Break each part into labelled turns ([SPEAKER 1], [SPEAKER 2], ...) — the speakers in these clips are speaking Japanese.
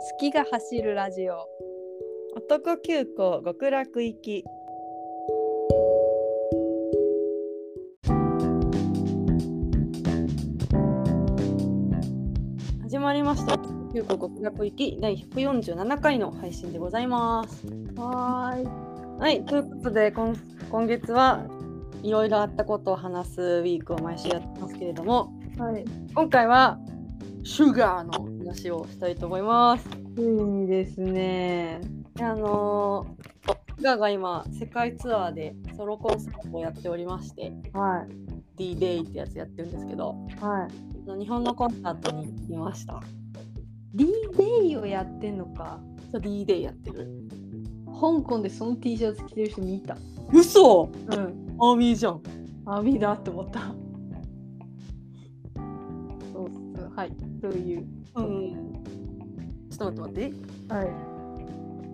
[SPEAKER 1] 月が走るラジオ
[SPEAKER 2] 男急行極楽行き始まりました男急行極楽行き第147回の配信でございます
[SPEAKER 1] はーい
[SPEAKER 2] はいということで今今月はいろいろあったことを話すウィークを毎週やってますけれども
[SPEAKER 1] はい
[SPEAKER 2] 今回はシュガーの話をしたいと思います
[SPEAKER 1] ついにですね
[SPEAKER 2] であのー、ガーが今世界ツアーでソロコンサートをやっておりまして
[SPEAKER 1] は
[SPEAKER 2] D-Day ってやつやってるんですけど
[SPEAKER 1] いは
[SPEAKER 2] あの日本のコンサートに行きました
[SPEAKER 1] い D-Day をやってんのか
[SPEAKER 2] そう D-Day やってる
[SPEAKER 1] 香港でその T シャツ着てる人見た
[SPEAKER 2] 嘘
[SPEAKER 1] うん
[SPEAKER 2] アーミーじゃん
[SPEAKER 1] あ見だって思ったそうっすはいという
[SPEAKER 2] うんちょっと待って待って
[SPEAKER 1] はい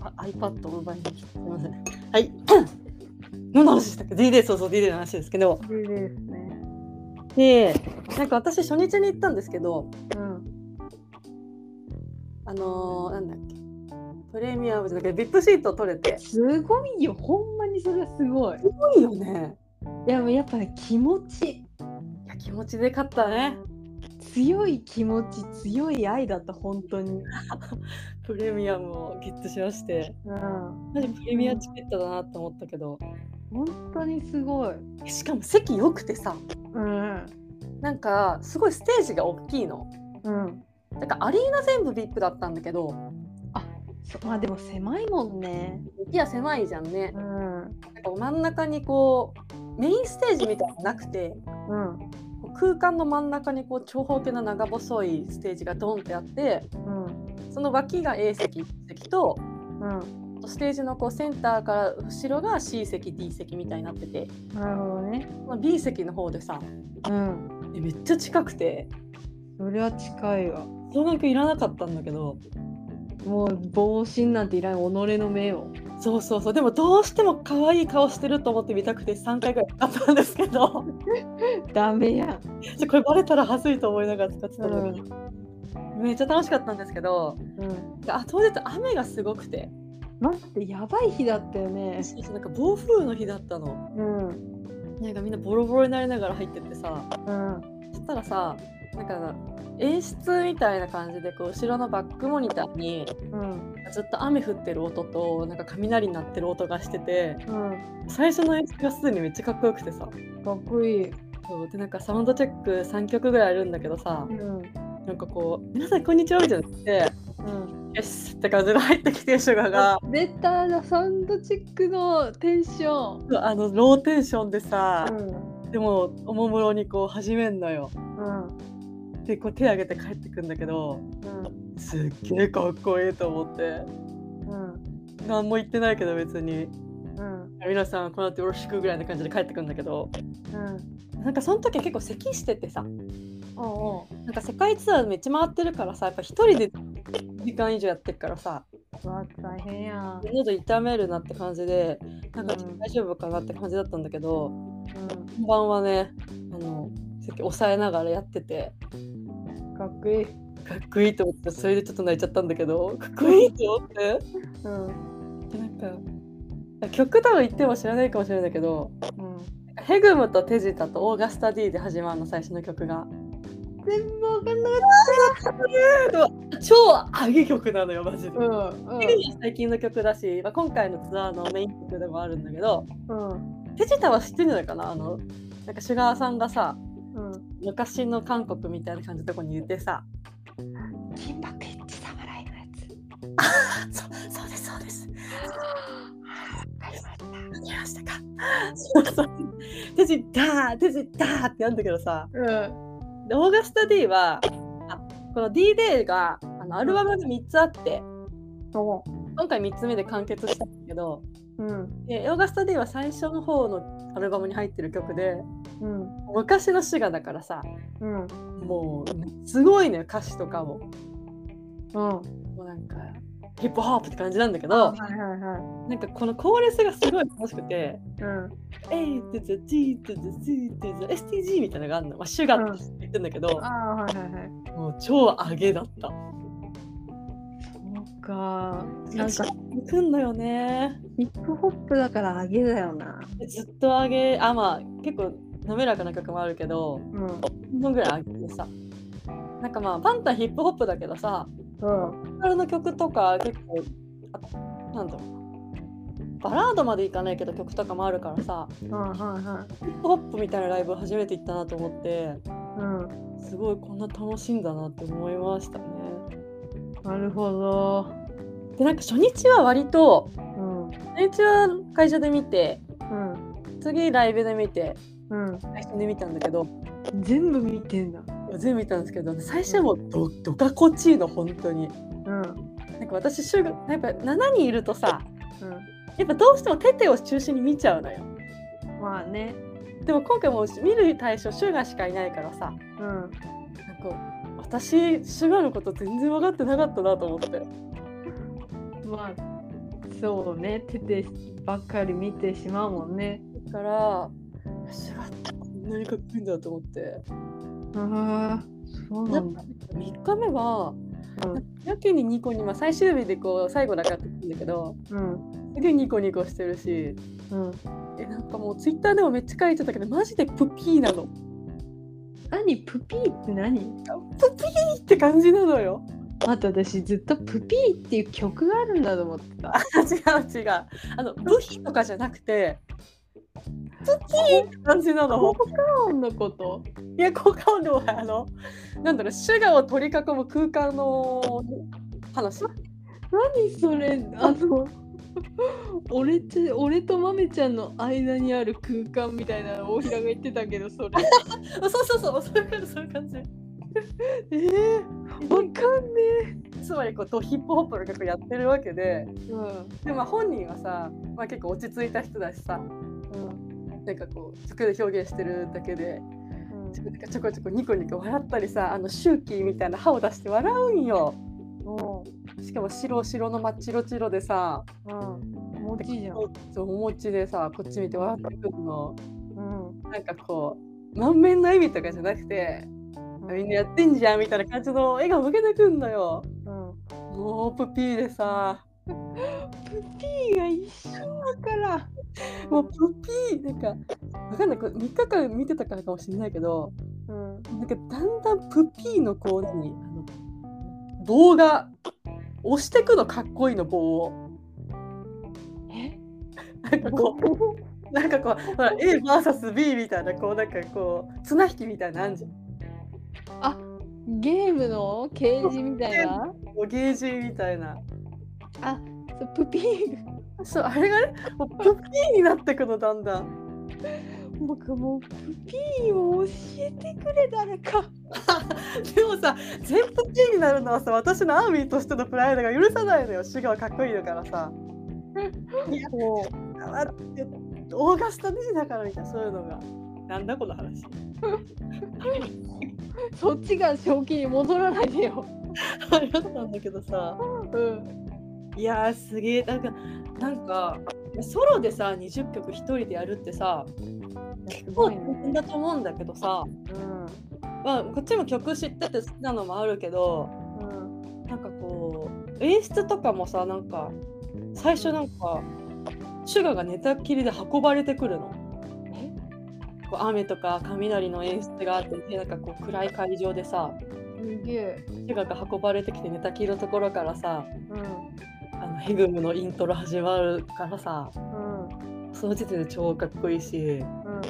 [SPEAKER 2] あ iPad を奪いに来たすいませんはい 何の話でしたっけ D-Day そうそう D-Day の話ですけど
[SPEAKER 1] それですね
[SPEAKER 2] でなんか私初日に行ったんですけど
[SPEAKER 1] うん
[SPEAKER 2] あのー、なんだっけプレミアムじゃなくて VIP シート取れてす
[SPEAKER 1] すごいよほんまにそれはすごい
[SPEAKER 2] ごいよね
[SPEAKER 1] いやもうやっぱね気持ち
[SPEAKER 2] いや気持ちで勝ったね
[SPEAKER 1] 強い気持ち強い愛だった本当に
[SPEAKER 2] プレミアムをゲットしまして
[SPEAKER 1] うん
[SPEAKER 2] マジプレミアチケットだなと思ったけど
[SPEAKER 1] 本当にすごい
[SPEAKER 2] しかも席良くてさ
[SPEAKER 1] うん
[SPEAKER 2] なんかすごいステージが大きいの
[SPEAKER 1] うん
[SPEAKER 2] なんかアリーナ全部 VIP だったんだけど
[SPEAKER 1] そまあでも狭いもんね
[SPEAKER 2] いや狭いじゃんね
[SPEAKER 1] うんうん
[SPEAKER 2] なんか真ん中にこうメインステージみたいなのなくてこう空間の真ん中にこう長方形の長細いステージがドンってあって
[SPEAKER 1] うん
[SPEAKER 2] その脇が A 席席と
[SPEAKER 1] うん
[SPEAKER 2] ステージのこうセンターから後ろが C 席 D 席みたいになってて
[SPEAKER 1] なるほどね
[SPEAKER 2] まあ B 席の方でさ
[SPEAKER 1] うん
[SPEAKER 2] えめっちゃ近くて
[SPEAKER 1] それは近いわ
[SPEAKER 2] 総額いらなかったんだけど
[SPEAKER 1] もう帽子なんていらん己の目を
[SPEAKER 2] そうそうそうでもどうしても可愛い顔してると思って見たくて3回ぐらい買ったんですけど
[SPEAKER 1] ダメやん
[SPEAKER 2] ちょっとこれバレたら恥ずいと思いながら使ってたの
[SPEAKER 1] う
[SPEAKER 2] に、めっちゃ楽しかったんですけど
[SPEAKER 1] うん
[SPEAKER 2] あ当日雨がすごくて
[SPEAKER 1] 待ってやばい日だったよね
[SPEAKER 2] なんか暴風雨の日だったの
[SPEAKER 1] うん
[SPEAKER 2] なんかみんなボロボロになりながら入ってってさ
[SPEAKER 1] うん
[SPEAKER 2] そしたらさなんか演出みたいな感じでこう後ろのバックモニターに
[SPEAKER 1] うん
[SPEAKER 2] ずっと雨降ってる音となんか雷鳴ってる音がしてて
[SPEAKER 1] うん
[SPEAKER 2] 最初の演出がすでにめっちゃかっこよくてさ
[SPEAKER 1] かっこいい
[SPEAKER 2] そうでなんかサウンドチェック3曲ぐらいあるんだけどさ
[SPEAKER 1] うん
[SPEAKER 2] なんかこう「皆さんこんにちは」みたいなのって
[SPEAKER 1] うん
[SPEAKER 2] 「よし」って感じで入ってきてシュガーが
[SPEAKER 1] 出たサウンドチェックのテンション
[SPEAKER 2] あのローテンションでさ、
[SPEAKER 1] う
[SPEAKER 2] でもおもむろにこう始めんのよ。
[SPEAKER 1] んうん
[SPEAKER 2] でこう手挙げて帰ってくんだけど
[SPEAKER 1] う
[SPEAKER 2] すっげえかっこいいと思って
[SPEAKER 1] ん
[SPEAKER 2] 何も言ってないけど別に
[SPEAKER 1] うん
[SPEAKER 2] 「皆さんこの後よろしく」ぐらいな感じで帰ってくんだけど
[SPEAKER 1] うん
[SPEAKER 2] なんかその時は結構咳しててさ
[SPEAKER 1] おうお
[SPEAKER 2] なんか世界ツアーめっちゃ回ってるからさやっぱ一人で時間以上やってるからさ
[SPEAKER 1] うわ大変やん
[SPEAKER 2] 喉痛めるなって感じでなんか
[SPEAKER 1] うん
[SPEAKER 2] ちょっと大丈夫かなって感じだったんだけど
[SPEAKER 1] う
[SPEAKER 2] 本番はねあの席抑えながらやってて
[SPEAKER 1] んかっこいい
[SPEAKER 2] かっこいいと思ってそれでちょっと泣いちゃったんだけどかっこいいと思って
[SPEAKER 1] うん
[SPEAKER 2] でなんか曲多分言っても知らないかもしれないけど
[SPEAKER 1] うん
[SPEAKER 2] ヘグムとテジタとオーガスタ D で始まるの最初の曲が
[SPEAKER 1] 全部わかんなかっ
[SPEAKER 2] 超上げ曲なのよマジで。
[SPEAKER 1] たうん
[SPEAKER 2] ヘグムは最近の曲だし、まあ、今回のツアーのメイン曲でもあるんだけど
[SPEAKER 1] うん
[SPEAKER 2] テジタは知ってるのかなあのなんかシュガーさんがさ
[SPEAKER 1] うん
[SPEAKER 2] 昔の韓国みたいな感じのとこにいてさ
[SPEAKER 1] 金箔一致侍のや
[SPEAKER 2] 「
[SPEAKER 1] つ
[SPEAKER 2] そそうですそうです」
[SPEAKER 1] わかりました
[SPEAKER 2] 「見ました か」そうそう「テジタテジタ」ってやるんだけどさ
[SPEAKER 1] うん
[SPEAKER 2] でオーガスタ D はあこの D デーがあのアルバムが3つあって
[SPEAKER 1] お
[SPEAKER 2] 今回3つ目で完結したんだけど
[SPEAKER 1] うん
[SPEAKER 2] でオーガスタ D は最初の方のアルバムに入ってる曲で
[SPEAKER 1] うん
[SPEAKER 2] 昔のシガだからさ
[SPEAKER 1] うん
[SPEAKER 2] もうすごいね歌詞とかも
[SPEAKER 1] うん
[SPEAKER 2] もうなんかヒップホップって感じなんだけ
[SPEAKER 1] あ
[SPEAKER 2] ど
[SPEAKER 1] はいはいはい。
[SPEAKER 2] なんかこのコーレスがすごい楽しくて
[SPEAKER 1] うん。
[SPEAKER 2] 「A to the G to the C to the STG」みたいなのがあるの、まあ、シュガーって言ってんだけど
[SPEAKER 1] あ、あはいはいはい。
[SPEAKER 2] もう超上げだった
[SPEAKER 1] そうか。なんか
[SPEAKER 2] 行くんだよね
[SPEAKER 1] ヒップホップだから上げだよな。
[SPEAKER 2] ずっと上げあまあ結構滑らかな曲もあるけど
[SPEAKER 1] うん。
[SPEAKER 2] 半分ぐらい上げてさなんかまあパンタヒップホップだけどさ
[SPEAKER 1] うん。
[SPEAKER 2] ボーカルの曲とか結構あなんだろうバラードまでいかないけど曲とかもあるからさ
[SPEAKER 1] はいはいはい。
[SPEAKER 2] ヒップホップみたいなライブ初めて行ったなと思って
[SPEAKER 1] うん。
[SPEAKER 2] すごいこんな楽しいんだなって思いましたね。
[SPEAKER 1] なるほど。
[SPEAKER 2] でなんか初日は割と
[SPEAKER 1] うん。うん。
[SPEAKER 2] 初日は会場で見て次ライブで見て
[SPEAKER 1] うん。
[SPEAKER 2] 配信で見たんだけど
[SPEAKER 1] 全部見てんだ。
[SPEAKER 2] 全部見たんですけど最初はもうどどかこちいの本当に。
[SPEAKER 1] うん。
[SPEAKER 2] なんか私シュガやっぱ7人いるとさ
[SPEAKER 1] う
[SPEAKER 2] やっぱどうしてもテテを中心に見ちゃうのよ。
[SPEAKER 1] ん。まあね。
[SPEAKER 2] でも今回もう見る対象シュガーしかいないからさ
[SPEAKER 1] うん。
[SPEAKER 2] なんか私シュガーのこと全然分かってなかったなと思って
[SPEAKER 1] まあ。そうね。手でばっかり見てしまうもんね。
[SPEAKER 2] だからシュガーってこんなにかっこいいんだと思って
[SPEAKER 1] ああ。そうなんだ。
[SPEAKER 2] 3日目は
[SPEAKER 1] うん。
[SPEAKER 2] やけにニコニコ、まあ、最終日でこう最後だからって言うんだけど
[SPEAKER 1] うん。
[SPEAKER 2] すげえニコニコしてるし
[SPEAKER 1] うん。
[SPEAKER 2] えなんかもうツイッターでもめっちゃ書いてたけどマジでプピーなの
[SPEAKER 1] 何プピーって何
[SPEAKER 2] プピーって感じなのよ
[SPEAKER 1] あと私ずっと「プピー」っていう曲があるんだと思ってた。
[SPEAKER 2] 違う違うあのブヒとかじゃなくてプピーって感じなの
[SPEAKER 1] そうのこと。
[SPEAKER 2] いや効果音でもないあのなんだろうシュガーを取り囲む空間の話
[SPEAKER 1] 何それあの俺ち俺とまめちゃんの間にある空間みたいなの大平が言ってたけどそれ。
[SPEAKER 2] そうそうそうそういう感じそういう感じ
[SPEAKER 1] えー、わかんね
[SPEAKER 2] つまりこうドヒップホップの曲やってるわけで
[SPEAKER 1] え。うん
[SPEAKER 2] で、まあ、本人はさ、まあ、結構落ち着いた人だしさ
[SPEAKER 1] うん
[SPEAKER 2] なんかこう曲で表現してるだけでなんかちょこちょこニコニコ笑ったりさあのシューキーみたいな歯を出して笑うんよ
[SPEAKER 1] うん
[SPEAKER 2] しかも白白の真っ白白でさ
[SPEAKER 1] うん。もちじゃん。
[SPEAKER 2] そうお餅でさこっち見て笑ってくるの
[SPEAKER 1] うん。
[SPEAKER 2] なんかこう満面の笑みとかじゃなくてみんなやってんじゃんみたいな感じの笑顔向けてくんのよ
[SPEAKER 1] うん。
[SPEAKER 2] もうプピーでさ
[SPEAKER 1] プピーが一緒だから。
[SPEAKER 2] もうプピーなんかわかんないこれ3日間見てたからかもしれないけど
[SPEAKER 1] うん。
[SPEAKER 2] なんかだんだんプピーのこう何あの棒が押してくのかっこいいの棒を
[SPEAKER 1] え？
[SPEAKER 2] なんかこうなんかこうほら AVSB みたいなこうなんかこう綱引きみたいなのあんじゃん
[SPEAKER 1] ゲームのケージみたいな。
[SPEAKER 2] こうゲージみたいな
[SPEAKER 1] あ、そうプピーが。
[SPEAKER 2] そうあれがねもうプピーになってくのだんだん
[SPEAKER 1] 僕もうプピーを教えてくれ誰か
[SPEAKER 2] でもさ全部 P になるのはさ私のアーミーとしてのプライドが許さないのよシュガーかっこいいだからさ
[SPEAKER 1] も
[SPEAKER 2] あオーガスタネジだからみたいなそういうのがなんだこの話
[SPEAKER 1] うそっちが正気に戻らないでよ
[SPEAKER 2] ありがとうんだけどさ
[SPEAKER 1] うん
[SPEAKER 2] いやーすげえなんかなんかソロでさ20曲一人でやるってさ
[SPEAKER 1] す
[SPEAKER 2] 結構大変だと思うんだけどさ、
[SPEAKER 1] うん
[SPEAKER 2] まあ、こっちも曲知ってて好きなのもあるけど
[SPEAKER 1] うん
[SPEAKER 2] なんかこう演出とかもさなんか最初なんかシュガーが寝たきりで運ばれてくるの。
[SPEAKER 1] え
[SPEAKER 2] こう雨とか雷の演出があってでなんかこう暗い会場でさ
[SPEAKER 1] すげえ
[SPEAKER 2] シュガーが運ばれてきて寝たきりのところからさ
[SPEAKER 1] うん
[SPEAKER 2] あのヘグムのイントロ始まるからさ
[SPEAKER 1] うん
[SPEAKER 2] その時点で超かっこいいしや
[SPEAKER 1] うん
[SPEAKER 2] っ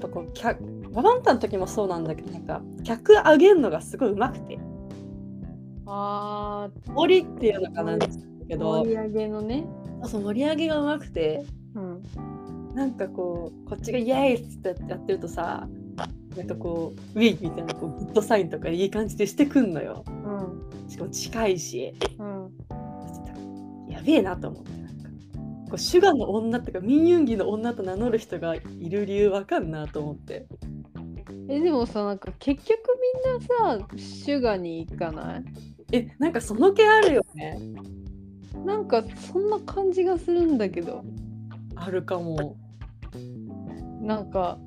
[SPEAKER 2] ぱこう客ババンタの時もそうなんだけどなんか客上げるのがすごい上手くて
[SPEAKER 1] あー
[SPEAKER 2] 盛りっていうのかなんだけど
[SPEAKER 1] 盛り上げのね
[SPEAKER 2] そう盛り上げが上手くて。
[SPEAKER 1] うん
[SPEAKER 2] なんかこうこっちが「イエーイ!」ってやってるとさなんかこう「ウィー!」みたいなこうグッドサインとかいい感じでしてくんのよ
[SPEAKER 1] うん
[SPEAKER 2] しかも近いし
[SPEAKER 1] うん
[SPEAKER 2] やべえなと思ってなんかこうシュガーの女とかミンユンギの女と名乗る人がいる理由わかんなと思って
[SPEAKER 1] えでもさなんか結局みんなさシュガーに行かない
[SPEAKER 2] えなんかその気あるよね
[SPEAKER 1] なんかそんな感じがするんだけど
[SPEAKER 2] あるかも
[SPEAKER 1] なんか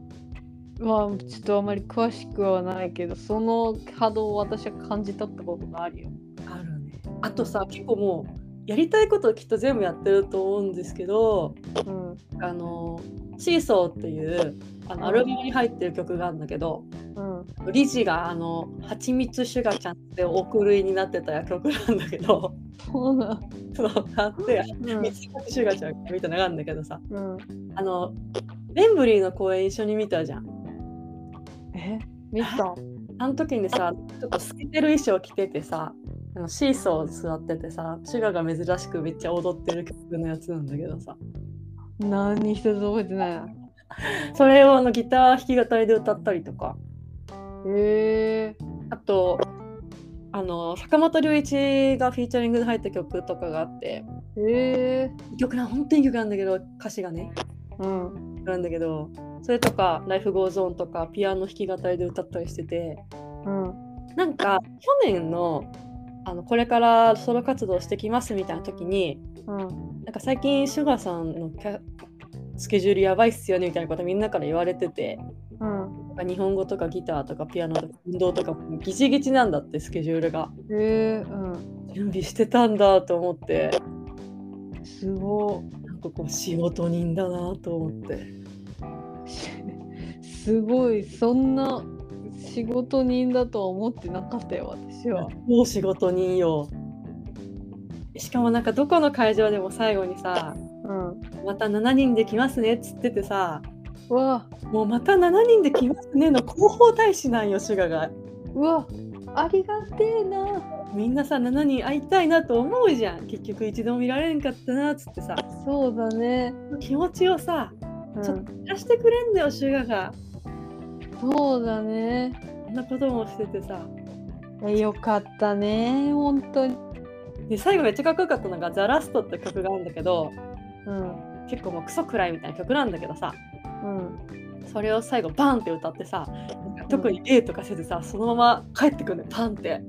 [SPEAKER 1] まあちょっとあまり詳しくはないけどその波動を私は感じ取ったことがあるよ。
[SPEAKER 2] あるねあとさ結構もうやりたいことをきっと全部やってると思うんですけど
[SPEAKER 1] うん
[SPEAKER 2] あのシーソーっていうあのアルバムに入ってる曲があるんだけど
[SPEAKER 1] うん
[SPEAKER 2] リジがあの「はちみつシュガちゃん」ってお狂いになってた曲なんだけど
[SPEAKER 1] そうな
[SPEAKER 2] そうあって「
[SPEAKER 1] うん
[SPEAKER 2] みつシュガちゃん」みたいなのがあるんだけどさ
[SPEAKER 1] うん
[SPEAKER 2] あのレンブリーの公演一緒に見たじゃん
[SPEAKER 1] え見た
[SPEAKER 2] あの時にさちょっと透けてる衣装着ててさあのシーソー座っててさシュガが珍しくめっちゃ踊ってる曲のやつなんだけどさ
[SPEAKER 1] 何一つ覚えてないな
[SPEAKER 2] それをあのギター弾き語りで歌ったりとか
[SPEAKER 1] へえ
[SPEAKER 2] あとあの坂本龍一がフィーチャリングで入った曲とかがあって
[SPEAKER 1] へえ
[SPEAKER 2] 曲な本当にいい曲なんだけど歌詞がね
[SPEAKER 1] うん
[SPEAKER 2] なんだけどそれとか「ライフゴーゾーンとかピアノ弾き語りで歌ったりしてて
[SPEAKER 1] うん
[SPEAKER 2] なんか去年のあのこれからソロ活動してきますみたいな時に
[SPEAKER 1] うん
[SPEAKER 2] なんか最近シュガーさんのキャスケジュールやばいっすよねみたいなことみんなから言われてて
[SPEAKER 1] うん
[SPEAKER 2] なんか日本語とかギターとかピアノとか運動とかもうギチギチなんだってスケジュールが
[SPEAKER 1] へえうん
[SPEAKER 2] 準備してたんだと思って
[SPEAKER 1] すご
[SPEAKER 2] なんかこう仕事人だなと思って
[SPEAKER 1] い すごいそんな仕事人だとは思ってなかったよ私は。
[SPEAKER 2] もう仕事人よしかもなんかどこの会場でも最後にさ
[SPEAKER 1] うん
[SPEAKER 2] また7人で来ますねっつっててさ
[SPEAKER 1] うわ
[SPEAKER 2] もうまた7人で来ますねの広報大使なんよシュガが
[SPEAKER 1] うわありがてえな
[SPEAKER 2] みんなさ7人会いたいなと思うじゃん結局一度も見られんかったなっつってさ
[SPEAKER 1] そうだね、
[SPEAKER 2] 気持ちをさ
[SPEAKER 1] うん
[SPEAKER 2] ちょっと出してくれんだよシュガが
[SPEAKER 1] そうだね
[SPEAKER 2] あんなこともしててさ
[SPEAKER 1] えよかったね本当に
[SPEAKER 2] で最後めっちゃかっこよかったのが「ザ・ラストって曲があるんだけど
[SPEAKER 1] うん
[SPEAKER 2] 結構もうクソ暗いみたいな曲なんだけどさ
[SPEAKER 1] うん
[SPEAKER 2] それを最後バンって歌ってさなんか特に例とかせずさそのまま帰ってくるのよパンって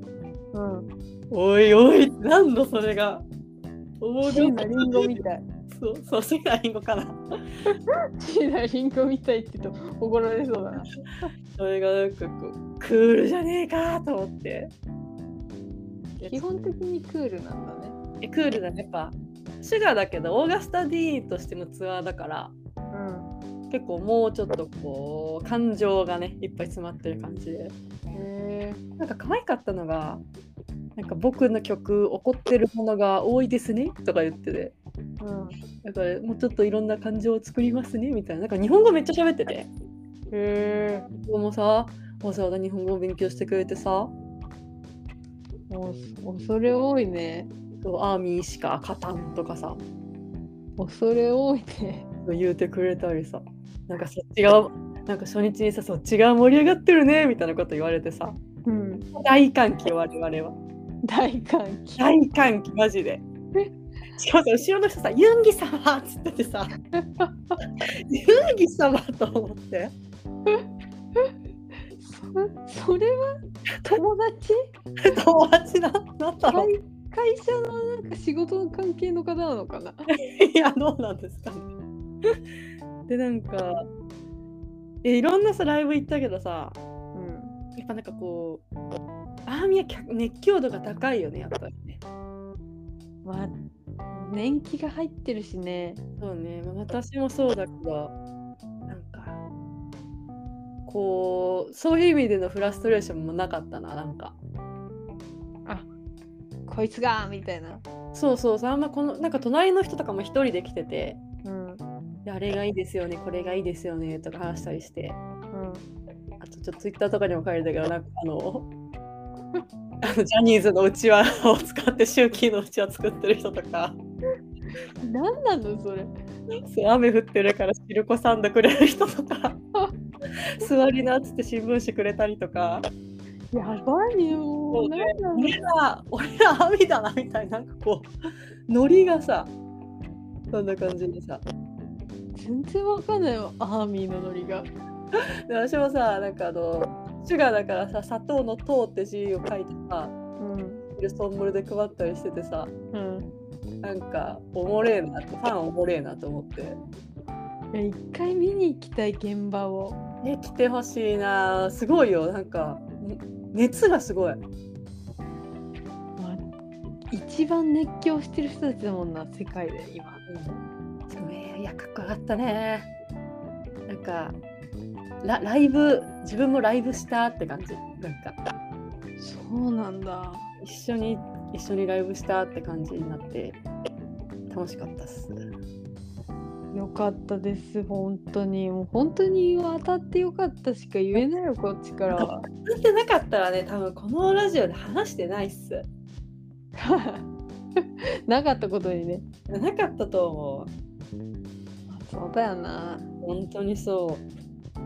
[SPEAKER 1] うん
[SPEAKER 2] おいおいなんだそれが大
[SPEAKER 1] 椎名林檎みたい
[SPEAKER 2] そうそうシーナリンゴかな
[SPEAKER 1] 椎名林檎みたいって言うと怒られそうだな
[SPEAKER 2] それがなんかこうクールじゃねえかと思って
[SPEAKER 1] 基本的にクールなんだね
[SPEAKER 2] えクールだねやっぱシュガーだけどオーガスタ D としてのツアーだから結構もうちょっとこう感情がねいっぱい詰まってる感じで
[SPEAKER 1] うんへえ
[SPEAKER 2] なんか可愛かったのがなんか僕の曲怒ってるものが多いですねとか言ってて
[SPEAKER 1] うん
[SPEAKER 2] だからもうちょっといろんな感情を作りますねみたいななんか日本語めっちゃ喋ってて
[SPEAKER 1] へえ
[SPEAKER 2] 僕もさわざわざ日本語を勉強してくれてさ
[SPEAKER 1] もう恐れ多いね
[SPEAKER 2] そうアーミーしか勝たんとかさ
[SPEAKER 1] 恐れ多いね
[SPEAKER 2] 言うてくれたりさなんかそっちがなんか初日にさそっちが盛り上がってるねみたいなこと言われてさ
[SPEAKER 1] うん
[SPEAKER 2] 大歓喜よ我々は
[SPEAKER 1] 大歓喜
[SPEAKER 2] 大歓喜マジでしかもさ後ろの人さ「ユンギ様!」っつっててさ「ユンギ様!」と思って
[SPEAKER 1] そそれは 友達
[SPEAKER 2] 友達ななんだろう
[SPEAKER 1] 会会社のなんか仕事の関係の方なのかない
[SPEAKER 2] やどうなんですかね でなんかえいろんなさライブ行ったけどさ
[SPEAKER 1] うん
[SPEAKER 2] やっぱなんかこうアーミーは客熱狂度が高いよねやっぱりね
[SPEAKER 1] まあ年季が入ってるしね
[SPEAKER 2] そうね、まあ私もそうだけど、なんか、こう、そういう意味でのフラストレーションもなかったな、なんか。
[SPEAKER 1] こいつがみたいな
[SPEAKER 2] そうそうそう、あんまこの、なんか隣の人とかも一人で来てて、
[SPEAKER 1] うん
[SPEAKER 2] であれがいいですよね、これがいいですよね、とか話したりして、
[SPEAKER 1] うん
[SPEAKER 2] あとちょっとツイッターとかにも書いてたけど、なんかあの、あのジャニーズのうちわを使って周期のうちわ作ってる人とか
[SPEAKER 1] 何なのそれ
[SPEAKER 2] そう雨降ってるからシルコサンドくれる人とか座りなっつって新聞紙くれたりとか
[SPEAKER 1] やばいよ
[SPEAKER 2] そうね
[SPEAKER 1] 何なの
[SPEAKER 2] 俺ら俺らアミだなみたいななんかこうノリがさそんな感じでさ
[SPEAKER 1] 全然わかんないよアーミーのノリが
[SPEAKER 2] で私もさなんかあのシュガーだからさ砂糖の「糖」って字を書いてさ
[SPEAKER 1] うん
[SPEAKER 2] ソンムルで配ったりしててさ
[SPEAKER 1] うん
[SPEAKER 2] なんかおもれえなってファンおもれえなと思って
[SPEAKER 1] いや一回見に行きたい現場を
[SPEAKER 2] え来てほしいなすごいよなんかね熱がすごい
[SPEAKER 1] まあ一番熱狂してる人たちだもんな世界で今
[SPEAKER 2] うん、そうねいやかっこよかったねなんかラライブ自分もライブしたって感じなんか
[SPEAKER 1] そうなんだ
[SPEAKER 2] 一緒に一緒にライブしたって感じになって楽しかったっす
[SPEAKER 1] よかったです本当にもう本当に当たってよかったしか言えないよこっちからは
[SPEAKER 2] 聞いてなかったらね多分このラジオで話してないっす
[SPEAKER 1] なかったことにね
[SPEAKER 2] なかったと思
[SPEAKER 1] そうだよな
[SPEAKER 2] う本当にそ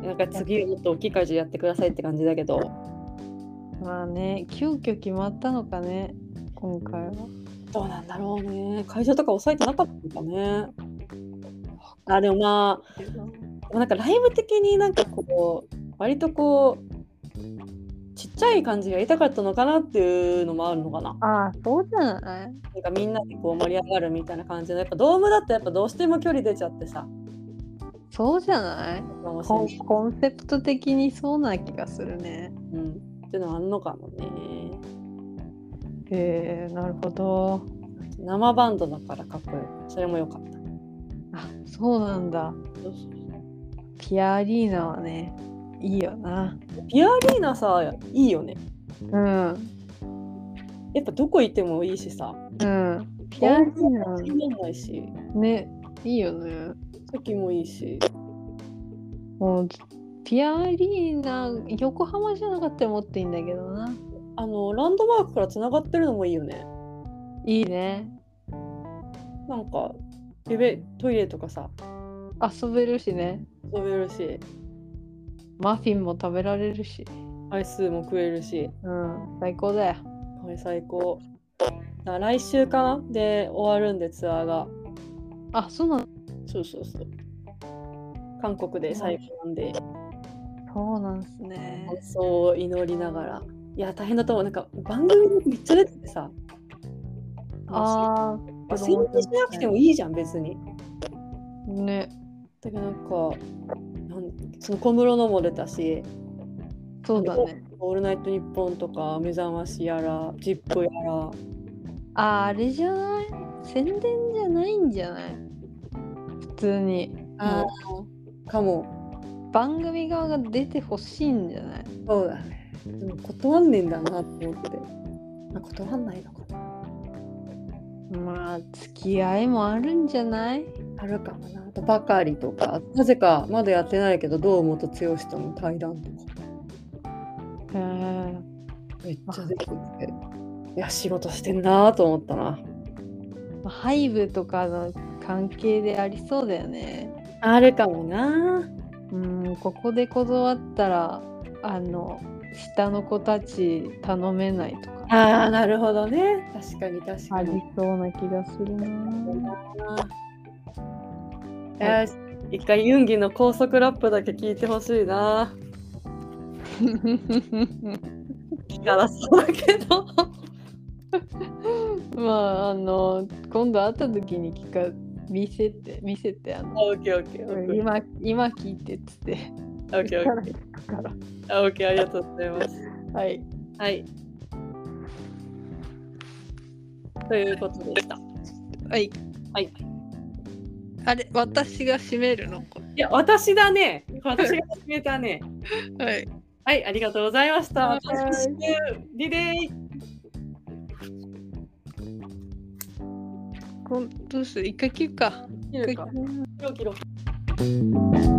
[SPEAKER 2] うなんか次もっと大きい会場やってくださいって感じだけど
[SPEAKER 1] まあね急遽決まったのかね今回は
[SPEAKER 2] どうなんだろうね会場とか抑えてなかったのかねあでもまあでもなんかライブ的になんかこう割とこうちっちゃい感じがやりたかったのかなっていうのもあるのかな
[SPEAKER 1] ああそうじゃな
[SPEAKER 2] な
[SPEAKER 1] い
[SPEAKER 2] んかみんなでこう盛り上がるみたいな感じのやっぱドームだとやっぱどうしても距離出ちゃってさ
[SPEAKER 1] そうじゃない
[SPEAKER 2] 面
[SPEAKER 1] コ
[SPEAKER 2] 白
[SPEAKER 1] ン
[SPEAKER 2] い、
[SPEAKER 1] コンセプト的にそうな気がするね
[SPEAKER 2] うん、っていうのはあるのかもね
[SPEAKER 1] へえなるほど
[SPEAKER 2] 生バンドだからかっこよいそれも良かった
[SPEAKER 1] あそうなんだピアリーナはねいいよな
[SPEAKER 2] ピアリーナさいいよね
[SPEAKER 1] うん
[SPEAKER 2] やっぱどこ行ってもいいしさ
[SPEAKER 1] うんピアリーナ
[SPEAKER 2] 気にならないし
[SPEAKER 1] ねいいよね
[SPEAKER 2] 時もいいし
[SPEAKER 1] もうピアリーナ横浜じゃなかったらもっといいんだけどな
[SPEAKER 2] あのランドマークからつながってるのもいいよね
[SPEAKER 1] いいね
[SPEAKER 2] なんかゆべトイレとかさ
[SPEAKER 1] 遊べるしね
[SPEAKER 2] 遊べるし
[SPEAKER 1] マフィンも食べられるし
[SPEAKER 2] アイスも食えるし
[SPEAKER 1] うん最高だよ
[SPEAKER 2] これ最高だから来週かなで終わるんでツアーが
[SPEAKER 1] あそうなん
[SPEAKER 2] そうそうそう韓国で最後なんで
[SPEAKER 1] そうなんすね
[SPEAKER 2] そう祈りながらいや大変だと思うなんか番組めっちゃ出ててさ
[SPEAKER 1] ああ
[SPEAKER 2] 宣伝しなくてもいいじゃん別に
[SPEAKER 1] ね
[SPEAKER 2] だけどなんかなんその小室のも出たし
[SPEAKER 1] そうだね
[SPEAKER 2] 「オールナイトニッポン」とか「目覚まし」やら「ジップ」やら
[SPEAKER 1] あーあれじゃない宣伝じゃないんじゃない普通に
[SPEAKER 2] あかも
[SPEAKER 1] 番組側が出てほしいんじゃない
[SPEAKER 2] そうだね。でも断んねえんだなって思って。あ断んないのかな。
[SPEAKER 1] まあ付き合いもあるんじゃない
[SPEAKER 2] あるかもな。あとばかりとか、なぜかまだやってないけど、堂本剛との対談とか、
[SPEAKER 1] へえ
[SPEAKER 2] めっちゃ出てきて。いや、仕事してんなと思ったな。
[SPEAKER 1] まあハイブとかの関係でありそうだよね。
[SPEAKER 2] あるかもな。
[SPEAKER 1] うん、ここで断ったら、あの、下の子たち頼めないとか。
[SPEAKER 2] ああ、なるほどね。確かに確
[SPEAKER 1] あ
[SPEAKER 2] か
[SPEAKER 1] り
[SPEAKER 2] に。
[SPEAKER 1] そうな気がするな。
[SPEAKER 2] よし一回ユンギの高速ラップだけ聞いてほしいな。聞かなそうだけど。
[SPEAKER 1] まあ、あの、今度会った時に聞か、見せて、見せて、あの。
[SPEAKER 2] オッケーオッケーオッケー。
[SPEAKER 1] 今、今聞いてっつって。
[SPEAKER 2] オッ ケーオッケー。あ、オッケー、ありがとうございます。
[SPEAKER 1] はい。
[SPEAKER 2] はい。ということでした。い
[SPEAKER 1] はい。
[SPEAKER 2] はい。
[SPEAKER 1] あれ、私が閉めるの。
[SPEAKER 2] や、私だね。私が決めたね。
[SPEAKER 1] はい。
[SPEAKER 2] はい、ありがとうございました。
[SPEAKER 1] は
[SPEAKER 2] ま
[SPEAKER 1] い
[SPEAKER 2] た来週リレー。
[SPEAKER 1] こん、どうする、一回切るか。
[SPEAKER 2] 切るか切ろう切ろう